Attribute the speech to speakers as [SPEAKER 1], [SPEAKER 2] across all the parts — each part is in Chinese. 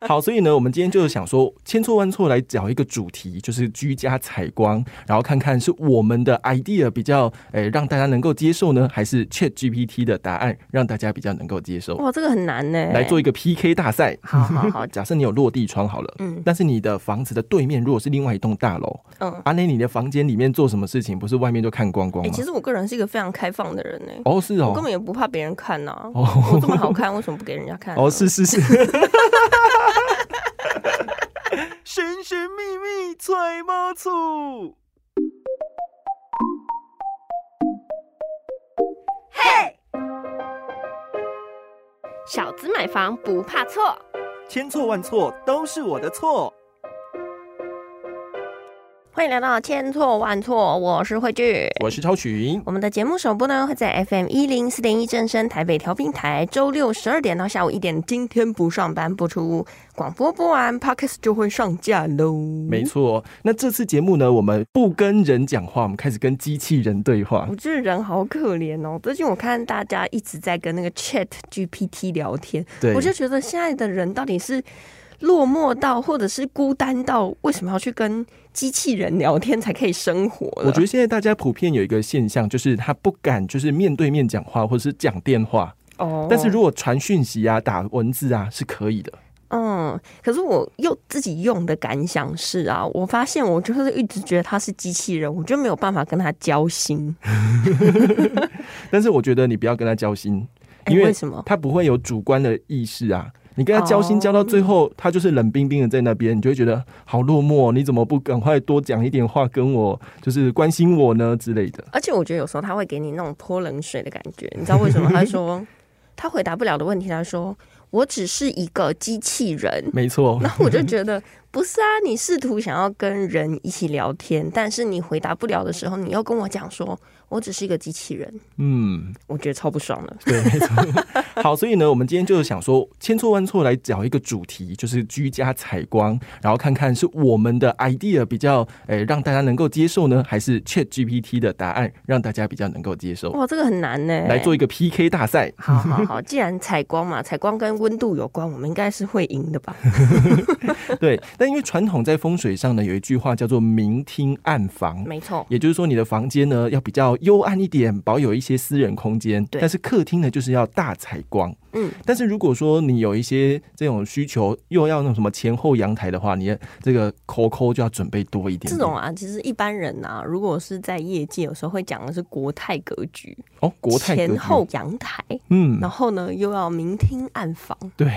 [SPEAKER 1] 好，所以呢，我们今天就是想说，千错万错来找一个主题，就是居家采光，然后看看是我们的 idea 比较诶、让大家能够接受呢，还是 Chat GPT 的答案让大家比较能够接受？
[SPEAKER 2] 哇，这个很难呢。
[SPEAKER 1] 来做一个 PK 大赛。
[SPEAKER 2] 好好 好，
[SPEAKER 1] 假设你有落地窗好了，
[SPEAKER 2] 嗯
[SPEAKER 1] 但是你的房子的对面如果是另外一栋大楼，
[SPEAKER 2] 嗯，
[SPEAKER 1] 阿、内你的房间里面做什么事情，不是外面就看光光
[SPEAKER 2] 哎、
[SPEAKER 1] 吗？
[SPEAKER 2] 其实我个人是一个非常开放的人呢、
[SPEAKER 1] 哦，是
[SPEAKER 2] 我根
[SPEAKER 1] 哦，
[SPEAKER 2] 本也不怕别人看呐、
[SPEAKER 1] 哦
[SPEAKER 2] 我这么好看，为什么不给人家看呢？
[SPEAKER 1] 哦，是是 是。
[SPEAKER 3] 神神秘秘揣猫醋。
[SPEAKER 2] 小资买房不怕错。
[SPEAKER 3] 千错万错都是我的错。
[SPEAKER 2] 欢迎来到千错万错，我是慧俊。
[SPEAKER 1] 我是超群，
[SPEAKER 2] 我们的节目首播呢会在 FM 一零四点一正声台北调频台，周六十二点到下午一点，今天不上班播出。广播播完 p o d c a s t 就会上架喽。
[SPEAKER 1] 没错。那这次节目呢，我们不跟人讲话，我们开始跟机器人对话
[SPEAKER 2] 我。觉得人好可怜哦。最近我看大家一直在跟那个 Chat GPT 聊天，
[SPEAKER 1] 对，
[SPEAKER 2] 我就觉得现在的人到底是落寞到，或者是孤单到，为什么要去跟机器人聊天才可以生活了？
[SPEAKER 1] 我觉得现在大家普遍有一个现象，就是他不敢就是面对面讲话，或者是讲电话。
[SPEAKER 2] 哦
[SPEAKER 1] 但是如果传讯息啊、打文字啊是可以的。
[SPEAKER 2] 嗯，可是我又自己用的感想是啊，我发现我就是一直觉得他是机器人，我就没有办法跟他交心。
[SPEAKER 1] 但是我觉得你不要跟他交心，
[SPEAKER 2] 哎
[SPEAKER 1] 因为
[SPEAKER 2] 为什么
[SPEAKER 1] 他不会有主观的意识啊。你跟他交心
[SPEAKER 2] 哦
[SPEAKER 1] 交到最后，他就是冷冰冰的在那边，你就会觉得好落寞哦。你怎么不赶快多讲一点话跟我，就是关心我呢之类的？
[SPEAKER 2] 而且我觉得有时候他会给你那种泼冷水的感觉，你知道为什么？他说他回答不了的问题，他说我只是一个机器人。
[SPEAKER 1] 没错，
[SPEAKER 2] 然后我就觉得不是啊，你试图想要跟人一起聊天，但是你回答不了的时候，你又跟我讲说我只是一个机器人，
[SPEAKER 1] 嗯，
[SPEAKER 2] 我觉得超不爽的。
[SPEAKER 1] 对，没错。好，所以呢，我们今天就是想说，千错万错来找一个主题，就是居家采光，然后看看是我们的 idea 比较诶、让大家能够接受呢，还是 Chat GPT 的答案让大家比较能够接受？
[SPEAKER 2] 哇，这个很难呢、
[SPEAKER 1] 来做。一个 PK 大赛。
[SPEAKER 2] 好好好，既然采光嘛，采光跟温度有关，我们应该是会 赢的吧？
[SPEAKER 1] 对，但因为传统在风水上呢，有一句话叫做“明厅暗房”，
[SPEAKER 2] 没错，
[SPEAKER 1] 也就是说你的房间呢要比较幽暗一点，保有一些私人空间。
[SPEAKER 2] 对
[SPEAKER 1] 但是客厅呢就是要大采光。
[SPEAKER 2] 嗯，
[SPEAKER 1] 但是如果说你有一些这种需求，又要那种什么前后阳台的话，你的这个扣扣就要准备多一点点
[SPEAKER 2] 这种啊，其实一般人啊，如果是在业界，有时候会讲的是国泰格局，
[SPEAKER 1] 哦，国泰格局
[SPEAKER 2] 前后哦阳台，
[SPEAKER 1] 嗯
[SPEAKER 2] 然，后呢又要明厅暗房。
[SPEAKER 1] 对，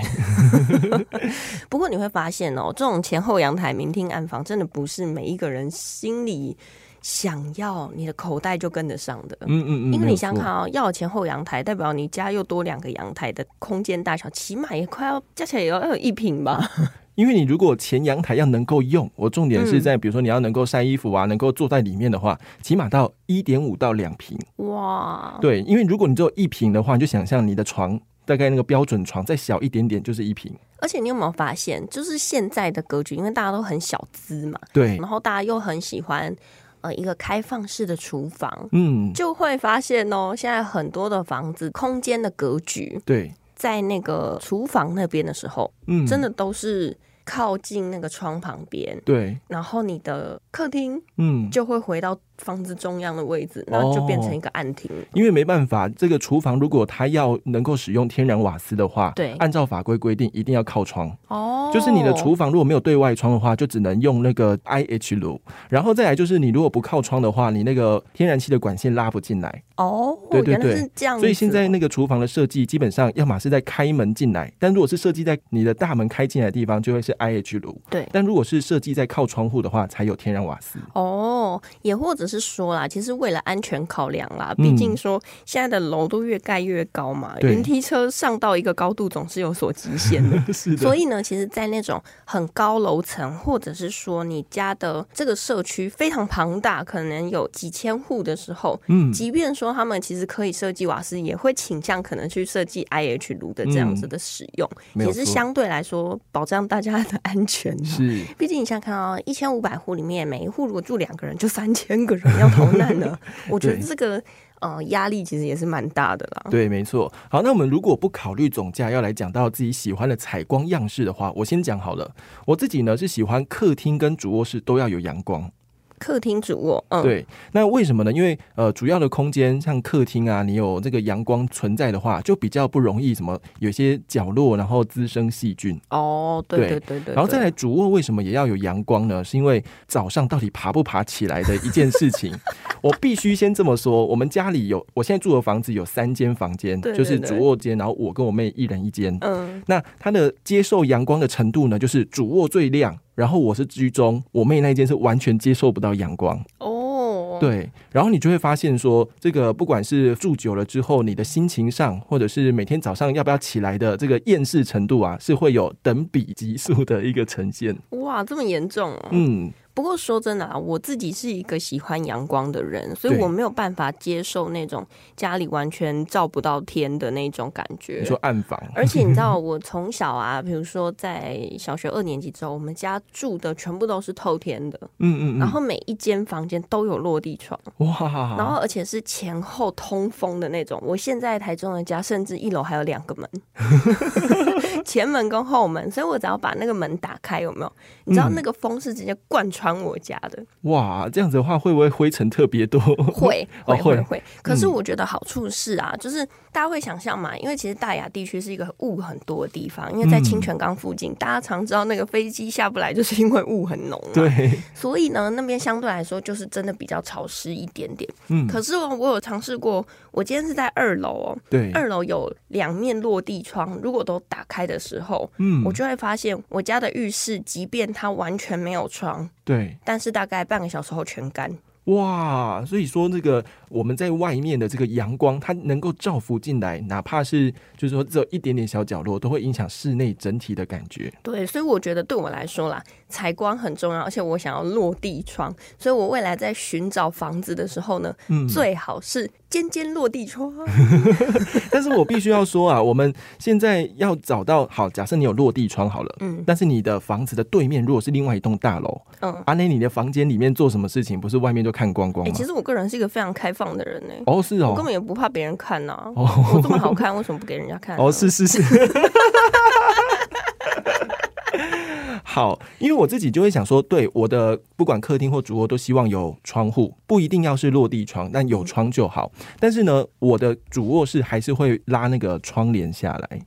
[SPEAKER 2] 不过你会发现哦，这种前后阳台、明厅暗房，真的不是每一个人心里想要，你的口袋就跟得上的。
[SPEAKER 1] 嗯嗯嗯，
[SPEAKER 2] 因为
[SPEAKER 1] 没
[SPEAKER 2] 你
[SPEAKER 1] 有
[SPEAKER 2] 想
[SPEAKER 1] 错
[SPEAKER 2] 想看哦，要有前后阳台，代表你家又多两个阳台的空间大小，起码也快要加起来也要有一平吧。
[SPEAKER 1] 因为你如果前阳台要能够用，我重点是
[SPEAKER 2] 嗯
[SPEAKER 1] 在比如说你要能够晒衣服啊，能够坐在里面的话，起码到一点五到两平。
[SPEAKER 2] 哇，
[SPEAKER 1] 对，因为如果你只有一平的话，你就想象你的床大概那个标准床再小一点点就是一平。
[SPEAKER 2] 而且你有没有发现，就是现在的格局，因为大家都很小资嘛，
[SPEAKER 1] 对，
[SPEAKER 2] 然后大家又很喜欢呃一个开放式的厨房，
[SPEAKER 1] 嗯，
[SPEAKER 2] 就会发现哦，现在很多的房子空间的格局
[SPEAKER 1] 对，
[SPEAKER 2] 在那个厨房那边的时候，
[SPEAKER 1] 嗯，
[SPEAKER 2] 真的都是靠近那个窗旁边，
[SPEAKER 1] 对，
[SPEAKER 2] 然后你的客厅
[SPEAKER 1] 嗯，
[SPEAKER 2] 就会回到房子中央的位置，那就变
[SPEAKER 1] 哦
[SPEAKER 2] 成一个暗厅。
[SPEAKER 1] 因为没办法，这个厨房如果它要能够使用天然瓦斯的话，
[SPEAKER 2] 对
[SPEAKER 1] 按照法规规定一定要靠窗，
[SPEAKER 2] 哦
[SPEAKER 1] 就是你的厨房如果没有对外窗的话，就只能用那个 IH 炉，然后再来就是你如果不靠窗的话，你那个天然气的管线拉不进来，
[SPEAKER 2] 哦，
[SPEAKER 1] 对对
[SPEAKER 2] 原来
[SPEAKER 1] 对
[SPEAKER 2] 是这样子哦。
[SPEAKER 1] 所以现在那个厨房的设计基本上要么是在开门进来，但如果是设计在你的大门开进来的地方，就会是 IH 炉。
[SPEAKER 2] 对
[SPEAKER 1] 但如果是设计在靠窗户的话，才有天然瓦斯。
[SPEAKER 2] 哦，也或者是说啦，其实为了安全考量啦，
[SPEAKER 1] 嗯
[SPEAKER 2] 毕竟说现在的楼都越盖越高嘛，
[SPEAKER 1] 对
[SPEAKER 2] 云梯车上到一个高度总是有所极限的。
[SPEAKER 1] 是
[SPEAKER 2] 所以呢，其实，在那种很高楼层，或者是说你家的这个社区非常庞大，可能有几千户的时候，
[SPEAKER 1] 嗯，
[SPEAKER 2] 即便说他们其实可以设计瓦斯，也会倾向可能去设计 IH 炉的这样子的使用，
[SPEAKER 1] 嗯没有
[SPEAKER 2] 也是
[SPEAKER 1] 错
[SPEAKER 2] 相对来说保障大家的安全嘛。
[SPEAKER 1] 是
[SPEAKER 2] 毕竟你想想看啊、哦，一千五百户里面，每一户如果住两个人，就三千个人要逃难了。我觉得
[SPEAKER 1] 对
[SPEAKER 2] 这个呃压力其实也是蛮大的啦。
[SPEAKER 1] 对，没错。好，那我们如果不考虑总价，要来讲到自己喜欢的采光样式的话，我先讲好了。我自己呢是喜欢客厅跟主卧室都要有阳光。
[SPEAKER 2] 客厅主卧，嗯，，
[SPEAKER 1] 对，那为什么呢？因为呃，主要的空间像客厅啊，你有这个阳光存在的话，就比较不容易什么有些角落然后滋生细菌。
[SPEAKER 2] 哦，对
[SPEAKER 1] 对
[SPEAKER 2] 对对对，
[SPEAKER 1] 然后再
[SPEAKER 2] 对
[SPEAKER 1] 来主卧为什么也要有阳光呢？是因为早上到底爬不爬起来的一件事 情。我必须先这么说，我们家里有我现在住的房子有三间房间，
[SPEAKER 2] 对对
[SPEAKER 1] 就是
[SPEAKER 2] 对
[SPEAKER 1] 主卧间，然后我跟我妹一人一间。
[SPEAKER 2] 嗯，
[SPEAKER 1] 那它的接受阳光的程度呢，就是主卧最亮，然后我是居中，我妹那一间是完全接受不到阳光。
[SPEAKER 2] 哦，，
[SPEAKER 1] 对，然后你就会发现说，这个不管是住久了之后，你的心情上，或者是每天早上要不要起来的这个厌世程度啊，是会有等比级数的一个呈现。
[SPEAKER 2] 哇，这么严重哦。
[SPEAKER 1] 嗯，
[SPEAKER 2] 不过说真的啊，我自己是一个喜欢阳光的人，所以
[SPEAKER 1] 对
[SPEAKER 2] 我没有办法接受那种家里完全照不到天的那种感觉
[SPEAKER 1] 你。说暗房，
[SPEAKER 2] 而且你知道，我从小啊，比如说在小学二年级之后，我们家住的全部都是透天的，
[SPEAKER 1] 嗯嗯嗯，哦
[SPEAKER 2] 然后每一间房间都有落地窗，
[SPEAKER 1] 哇，
[SPEAKER 2] 然后而且是前后通风的那种。我现在台中的家，甚至一楼还有两 个门，前门跟后门，所以我只要把那个门打开，有没有？你知道
[SPEAKER 1] 嗯
[SPEAKER 2] 那个风是直接贯穿我家的，
[SPEAKER 1] 哇，这样子的话，会不会灰尘特别多？
[SPEAKER 2] 会
[SPEAKER 1] 哦
[SPEAKER 2] 会会
[SPEAKER 1] 会嗯
[SPEAKER 2] 会。可是我觉得好处是啊，就是大家会想象嘛，因为其实大雅地区是一个雾很多的地方，因为在
[SPEAKER 1] 嗯
[SPEAKER 2] 清泉岗附近，大家常知道那个飞机下不来，就是因为雾很浓嘛。
[SPEAKER 1] 对，
[SPEAKER 2] 所以呢，那边相对来说就是真的比较潮湿一点点。
[SPEAKER 1] 嗯，
[SPEAKER 2] 可是哦我有尝试过，我今天是在二楼哦，
[SPEAKER 1] 对，
[SPEAKER 2] 二楼有两面落地窗，如果都打开的时候，
[SPEAKER 1] 嗯
[SPEAKER 2] 我，就会发现我家的浴室，即便它完全没有窗，
[SPEAKER 1] 对，
[SPEAKER 2] 但是大概半个小时后全干。
[SPEAKER 1] 哇，所以说那个我们在外面的这个阳光，它能够照拂进来，哪怕是就是说只有一点点小角落，都会影响室内整体的感 觉。
[SPEAKER 2] 对，所以我觉得对我来说啦，采光很重要，而且我想要落地窗，所以我未来在寻找房子的时候呢，
[SPEAKER 1] 嗯，
[SPEAKER 2] 最好是尖尖落 地窗。
[SPEAKER 1] 但是我必须要说啊，我们现在要找到好，假设你有落地窗好了，
[SPEAKER 2] 嗯
[SPEAKER 1] 但是你的房子的对面如果是另外一栋大楼，
[SPEAKER 2] 嗯，
[SPEAKER 1] 阿、内你的房间里面做什么事情，不是外面就看光光
[SPEAKER 2] 哎、
[SPEAKER 1] 吗？
[SPEAKER 2] 其实我个人是一个非常开放的人呢、
[SPEAKER 1] 哦，是
[SPEAKER 2] 我
[SPEAKER 1] 哦，
[SPEAKER 2] 根本也不怕别人看呐、
[SPEAKER 1] 哦
[SPEAKER 2] 我这么好看，为什么不给人家看呢？
[SPEAKER 1] 哦，是是 是。好，因为我自己就会想说，对我的不管客厅或主卧都希望有窗户，不一定要是落地窗，但有窗就好。但是呢，我的主卧室还是会拉那个窗帘下来。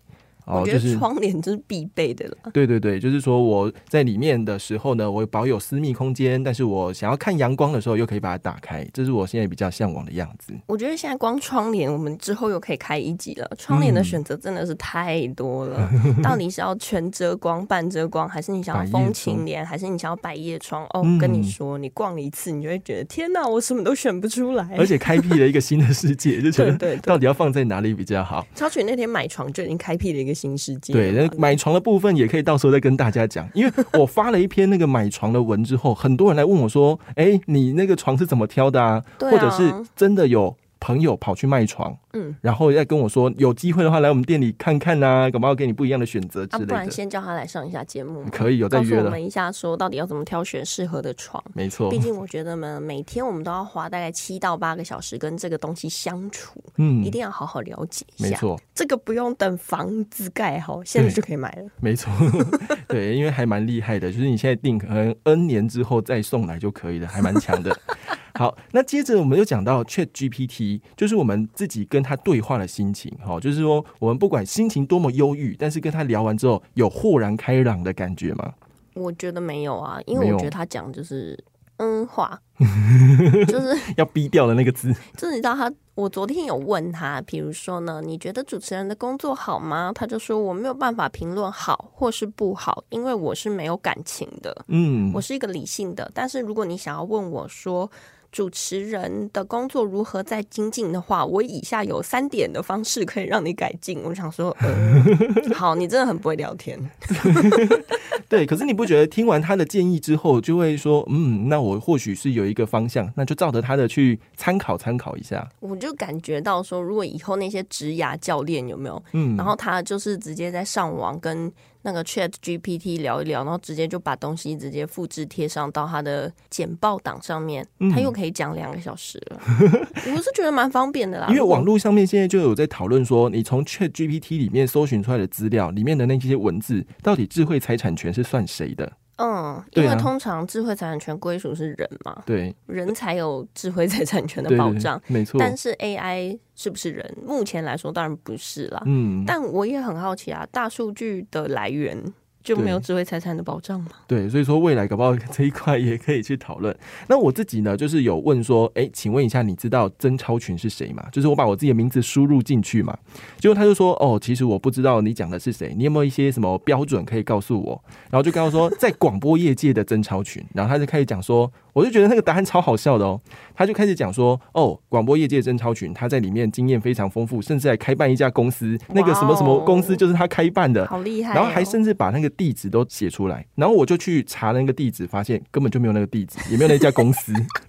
[SPEAKER 1] 哦，
[SPEAKER 2] 我觉
[SPEAKER 1] 就
[SPEAKER 2] 得
[SPEAKER 1] 是
[SPEAKER 2] 窗帘就是必备的了。
[SPEAKER 1] 对对对，就是说我在里面的时候呢，我保有私密空间，但是我想要看阳光的时候，又可以把它打开，这是我现在比较向往的样子。
[SPEAKER 2] 我觉得现在光窗帘，我们之后又可以开一集了。窗
[SPEAKER 1] 嗯
[SPEAKER 2] 帘的选择真的是太 多了，到底是要全遮光、半遮光，还是你想要风情帘，还是你想要百叶窗？哦，
[SPEAKER 1] 嗯
[SPEAKER 2] 跟你说，你逛了一次，你就会觉得天哪，我什么都选不出来。
[SPEAKER 1] 而且开辟了一个新的世界，就觉
[SPEAKER 2] 哎 对
[SPEAKER 1] 得
[SPEAKER 2] 对对，
[SPEAKER 1] 到底要放在哪里比较好？
[SPEAKER 2] 超群那天买床就已经开辟了一个新世界
[SPEAKER 1] 对，
[SPEAKER 2] 了。
[SPEAKER 1] 那买床的部分也可以到时候再跟大家讲，因为我发了一篇那个买床的文之后，很多人来问我说：“哎，你那个床是怎么挑的啊？”
[SPEAKER 2] 对啊
[SPEAKER 1] 或者是真的有。朋友跑去卖床，
[SPEAKER 2] 嗯，
[SPEAKER 1] 然后再跟我说有机会的话来我们店里看看呐、啊，搞不好给你不一样的选择之
[SPEAKER 2] 啊，
[SPEAKER 1] 类
[SPEAKER 2] 不然
[SPEAKER 1] 的。
[SPEAKER 2] 先叫他来上一下节目嘛，
[SPEAKER 1] 可以有再
[SPEAKER 2] 告诉
[SPEAKER 1] 约哦
[SPEAKER 2] 我
[SPEAKER 1] 了，
[SPEAKER 2] 们一下，说到底要怎么挑选适合的床。
[SPEAKER 1] 没错
[SPEAKER 2] 毕，竟我觉得呢，每天我们都要花大概七到八个小时跟这个东西相处，
[SPEAKER 1] 嗯
[SPEAKER 2] 一定要好好了解一
[SPEAKER 1] 没
[SPEAKER 2] 下。
[SPEAKER 1] 错，
[SPEAKER 2] 这个不用等房子盖好，现在就可以买了。
[SPEAKER 1] 没错， 对，因为还蛮厉害的，就是你现在订，可能 N 年之后再送来就可以了，还蛮强的。 好，那接着我们又讲到 Chat GPT，就是我们自己跟他对话的心情，哈、就是说我们不管心情多么忧郁，但是跟他聊完之后有豁然开朗的感觉嘛？
[SPEAKER 2] 我觉得没有啊，因
[SPEAKER 1] 没
[SPEAKER 2] 为
[SPEAKER 1] 有
[SPEAKER 2] 我觉得他讲就是嗯 话，就是
[SPEAKER 1] 要逼掉的那个字，
[SPEAKER 2] 就是你知道他，我昨天有问他，比如说呢，你觉得主持人的工作好吗？他就说我没有办法评论好或是不好，因为我是没有感情的，
[SPEAKER 1] 嗯
[SPEAKER 2] 我，是一个理性的。但是如果你想要问我说。主持人的工作如何再精进的话，我以下有三点的方式可以让你改进。我想说，呃， 好，你真的很不会聊天。
[SPEAKER 1] 对。可是你不觉得听完他的建议之后，就会说，嗯，那我或许是有一个方向，那就照着他的去参考参考一下，
[SPEAKER 2] 我就感觉到说，如果以后那些职涯教练有没有，
[SPEAKER 1] 嗯，
[SPEAKER 2] 然后他就是直接在上网跟那个 Chat GPT 聊一聊，然后直接就把东西直接复制贴上到他的简报档上面，他又可以讲两个小时了。 我是觉得蛮方便的啦，
[SPEAKER 1] 因为网
[SPEAKER 2] 络
[SPEAKER 1] 络上面现在就有在讨论说，你从 Chat GPT 里面搜寻出来的资料里面的那些文字，到底智慧财产权是算谁的？
[SPEAKER 2] 嗯，因
[SPEAKER 1] 对啊
[SPEAKER 2] 为通常智慧财产权归属是人嘛，
[SPEAKER 1] 对，
[SPEAKER 2] 人才有智慧财产权的
[SPEAKER 1] 对
[SPEAKER 2] 保
[SPEAKER 1] 对
[SPEAKER 2] 障，，
[SPEAKER 1] 没错。
[SPEAKER 2] 但是 AI 是不是人？目前来说当然不是啦。
[SPEAKER 1] 嗯，
[SPEAKER 2] 但我也很好奇啊，大数据的来源就没有
[SPEAKER 1] 对
[SPEAKER 2] 智慧财产的保障吗？
[SPEAKER 1] 对，所以说未来搞不好 这一块也可以去讨论。那我自己呢，就是有问说，哎，请问一下，你知道曾超群是谁吗？就是我把我自己的名字输入进去嘛，结果他就说，哦，其实我不知道你讲的是谁，你有没有一些什么标准可以告诉我？然后就跟他说，在广播业界的曾超群，然后他就开始讲说，我就觉得那个答案超好笑的哦，他就开始讲说，哦，广播业界的曾超群，他在里面经验非常丰富，甚至还开办一家公司，那个什么什么公司就是他开办的，
[SPEAKER 2] 好厉害、哦！
[SPEAKER 1] 呃然后还甚至把那个地址都写出来，然后我就去查那个地址，发现根本就没有那个地址，也没有那家公司。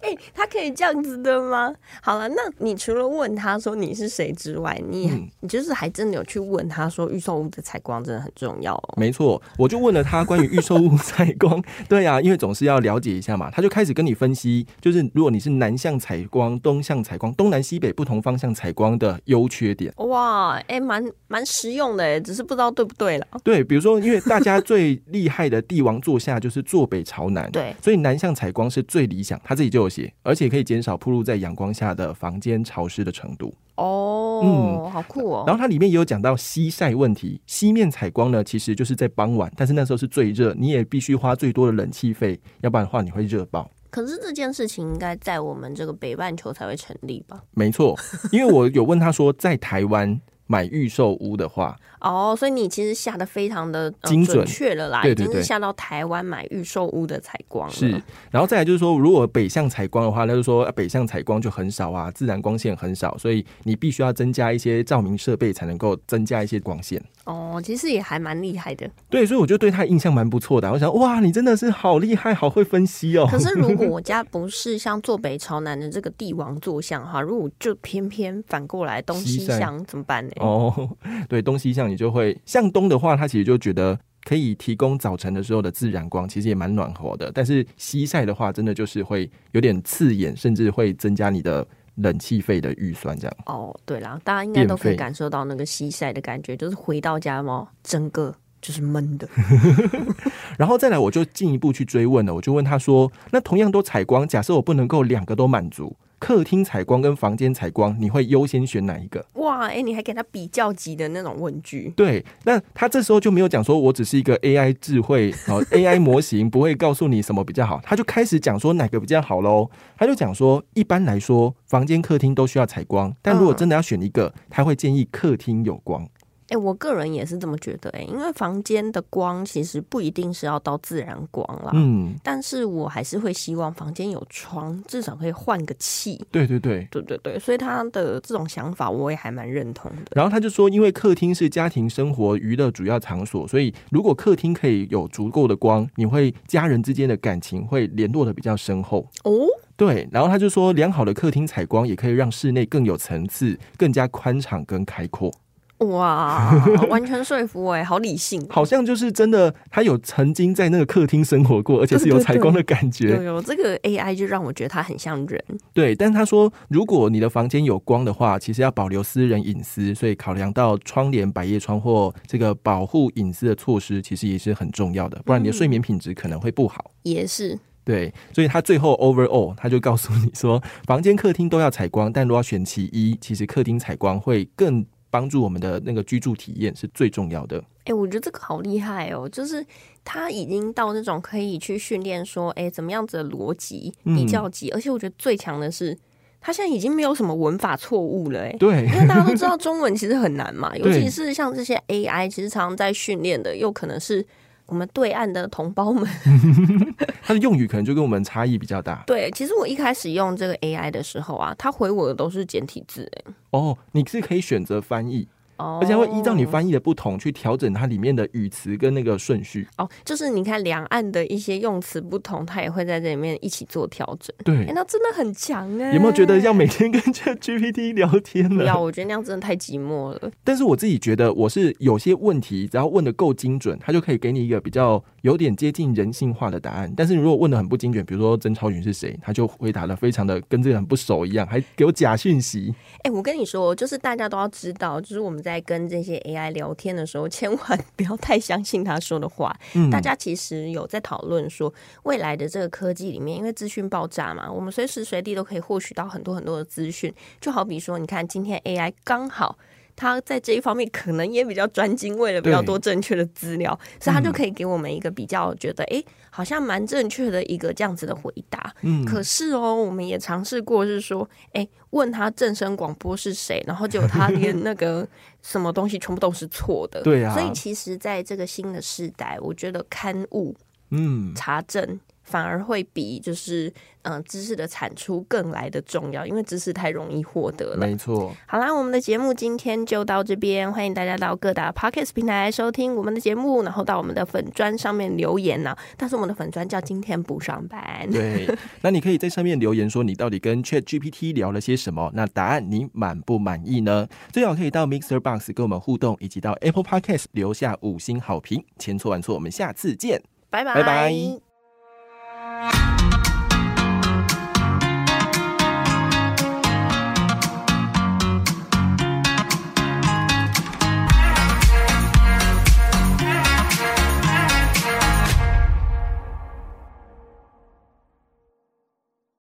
[SPEAKER 2] 哎、他可以这样子的吗？好了，那你除了问他说你是谁之外，你、
[SPEAKER 1] 嗯
[SPEAKER 2] 你就是还真的有去问他说预售屋的采光真的很重要哦。
[SPEAKER 1] 没错，我就问了他关于预售物采光，对啊，因为总是要了解一下嘛，他就开始跟你分析，就是如果你是南向采光、东向采光、东南西北不同方向采光的优缺点。
[SPEAKER 2] 哇，哎、蛮蛮实用的哎，只是不知道对不对了。
[SPEAKER 1] 对，比如说，因为大家最厉害的帝王座下就是坐北朝南，
[SPEAKER 2] 对
[SPEAKER 1] 所以南向采光是最理想，他自己就有写，而且可以减少暴露在阳光下的房间潮湿的程度。
[SPEAKER 2] 哦，
[SPEAKER 1] 嗯
[SPEAKER 2] 好酷
[SPEAKER 1] 然
[SPEAKER 2] 哦。
[SPEAKER 1] 后它里面也有讲到西晒问题，西面采光呢，其实就是在傍晚，但是那时候是最热，你也必须花最多的冷气费，要不然的话你会热爆。
[SPEAKER 2] 可是这件事情应该在我们这个北半球才会成立吧？
[SPEAKER 1] 没 错，因为我有问他说，在台湾买预售屋的话，
[SPEAKER 2] 哦，所以你其实下的非常的、呃
[SPEAKER 1] 精准
[SPEAKER 2] 确了啦，
[SPEAKER 1] 对对
[SPEAKER 2] 已经
[SPEAKER 1] 对
[SPEAKER 2] 是下到台湾买预售屋的采光了。
[SPEAKER 1] 是，然后再来就是说，如果北向采光的话，他就说、啊北向采光就很少啊，自然光线很少，所以你必须要增加一些照明设备才能够增加一些光线。
[SPEAKER 2] 哦，其实也还蛮厉 害的。
[SPEAKER 1] 对，所以我就对他印象蛮不错的。我想，哇，你真的是好厉害，好会分析哦。
[SPEAKER 2] 可是如果我家不是像坐北朝南的这个帝王坐向哈，如果就偏偏反过来东西
[SPEAKER 1] 西向
[SPEAKER 2] 向怎么办呢？
[SPEAKER 1] 哦， 对，东西向你就会向东的话，它其实就觉得可以提供早晨的时候的自然光，其实也蛮暖和的。但是西晒的话，真的就是会有点刺眼，甚至会增加你的冷气费的预算。这样
[SPEAKER 2] 哦，对啦，大家应该都可
[SPEAKER 1] 电
[SPEAKER 2] 以
[SPEAKER 1] 费
[SPEAKER 2] 感受到那个西晒的感觉，就是回到家嘛，整个就是闷的。
[SPEAKER 1] 然后再来，我就进一步去追问了，我就问他说：“那同样都采光，假设我不能够两个都满足，客厅采光跟房间采光，你会优先选哪一个？”
[SPEAKER 2] 哇，哎、你还给他比较级的那种问句，
[SPEAKER 1] 对，那他这时候就没有讲说我只是一个 AI 智慧，哦 AI 模型不会告诉你什么比较好，他就开始讲说哪个比较好喽。他就讲说，一般来说，房间、客厅都需要采光，但如果真的要选一个，他会建议客厅有光。
[SPEAKER 2] 哎、我个人也是这么觉得、哎，因为房间的光其实不一定是要到自然光啦，
[SPEAKER 1] 嗯，
[SPEAKER 2] 但是我还是会希望房间有窗，至少可以换个气。
[SPEAKER 1] 对对对。
[SPEAKER 2] 对对对，所以他的这种想法我也还蛮认同的。
[SPEAKER 1] 然后他就说，因为客厅是家庭生活娱乐主要场所，所以如果客厅可以有足够的光，你会家人之间的感情会联络的比较深厚。
[SPEAKER 2] 哦，
[SPEAKER 1] 对，然后他就说，良好的客厅采光也可以让室内更有层次、更加宽敞跟开阔，
[SPEAKER 2] 哇，完全说服我哎，好理性。
[SPEAKER 1] 好像就是真的，他有曾经在那个客厅生活过，而且是有采光的感觉。
[SPEAKER 2] 有有，这个 AI 就让我觉得它很像人。
[SPEAKER 1] 对，但他说，如果你的房间有光的话，其实要保留私人隐私，所以考量到窗帘、百叶窗或这个保护隐私的措施，其实也是很重要的，不然你的睡眠品质可能会不好。
[SPEAKER 2] 也是
[SPEAKER 1] 对，所以他最后 overall 他就告诉你说，房间、客厅都要采光，但如果要选其一，其实客厅采光会更帮助我们的那个居住体验是最重要的。
[SPEAKER 2] 哎、我觉得这个好厉害哦！就是他已经到那种可以去训练说，哎、怎么样子的逻辑、
[SPEAKER 1] 嗯
[SPEAKER 2] 比较级，而且我觉得最强的是，他现在已经没有什么文法错误了，哎，
[SPEAKER 1] 对
[SPEAKER 2] 因为大家都知道中文其实很 难嘛，尤
[SPEAKER 1] 对
[SPEAKER 2] 其是像这些 AI，其实常常在训练的，又可能是我们对岸的同胞们。
[SPEAKER 1] 它的用语可能就跟我们差异比较大
[SPEAKER 2] 对，其实我一开始用这个 AI 的时候啊，它回我的都是简体字，哎，
[SPEAKER 1] 哦。你是可以选择翻译，
[SPEAKER 2] 哦，
[SPEAKER 1] 而且它会依照你翻译的不同去调整它里面的语词跟那个顺序。
[SPEAKER 2] 哦，就是你看两岸的一些用词不同，它也会在这里面一起做调整。哎、
[SPEAKER 1] 对，
[SPEAKER 2] 那真的很强哎、
[SPEAKER 1] 有没有觉得要每天跟 ChatGPT 聊天
[SPEAKER 2] 不
[SPEAKER 1] 了？
[SPEAKER 2] 要，我觉得那样真的太寂寞了。
[SPEAKER 1] 但是我自己觉得，我是有些问题，只要问的够精准，它就可以给你一个比较有点接近人性化的答案。但是如果问的很不精准，比如说曾超群是谁，他就回答的非常的跟这个很不熟一样，还给我假讯 息。
[SPEAKER 2] 哎、我跟你说，就是大家都要知道，就是我们在跟这些 AI 聊天的时候，千万 不要太相信他说的话。
[SPEAKER 1] 嗯，
[SPEAKER 2] 大家其实有在讨论说，未来的这个科技里面，因为资讯爆炸嘛，我们随时随地都可以获取到很多很多的资讯。就好比说，你看今天 AI 刚好。它在这一方面可能也比较专精，为了比较
[SPEAKER 1] 对
[SPEAKER 2] 多正确的资料，所以它就
[SPEAKER 1] 嗯
[SPEAKER 2] 可以给我们一个比较觉得，诶，哎好像蛮正确的一个这样子的回答。
[SPEAKER 1] 嗯
[SPEAKER 2] 可是哦，我们也尝试过，是说，哎，问他正声广播是谁，然后结果他 连那个什么东西全部都是错的。
[SPEAKER 1] 对啊
[SPEAKER 2] 所以其实在这个新的时代，我觉得刊物
[SPEAKER 1] 嗯，
[SPEAKER 2] 查证反而会比就是嗯、呃知识的产出更来的重要，因为知识太容易获得了。
[SPEAKER 1] 没错。
[SPEAKER 2] 好啦，我们的节目今天就到这边，欢迎大家到各大 podcast 平台收听我们的节目，然后到我们的粉砖上面留言呐、但是我们的粉砖叫今天不上班。
[SPEAKER 1] 对，那你可以在上面留言说你到底跟 Chat GPT 聊了些什么？那答案你满不满意呢？最好可以到 Mixer Box 跟我们互动，以及到 Apple Podcast 留下五星好评。千错万错，我们下次见。
[SPEAKER 2] 拜拜
[SPEAKER 1] 拜拜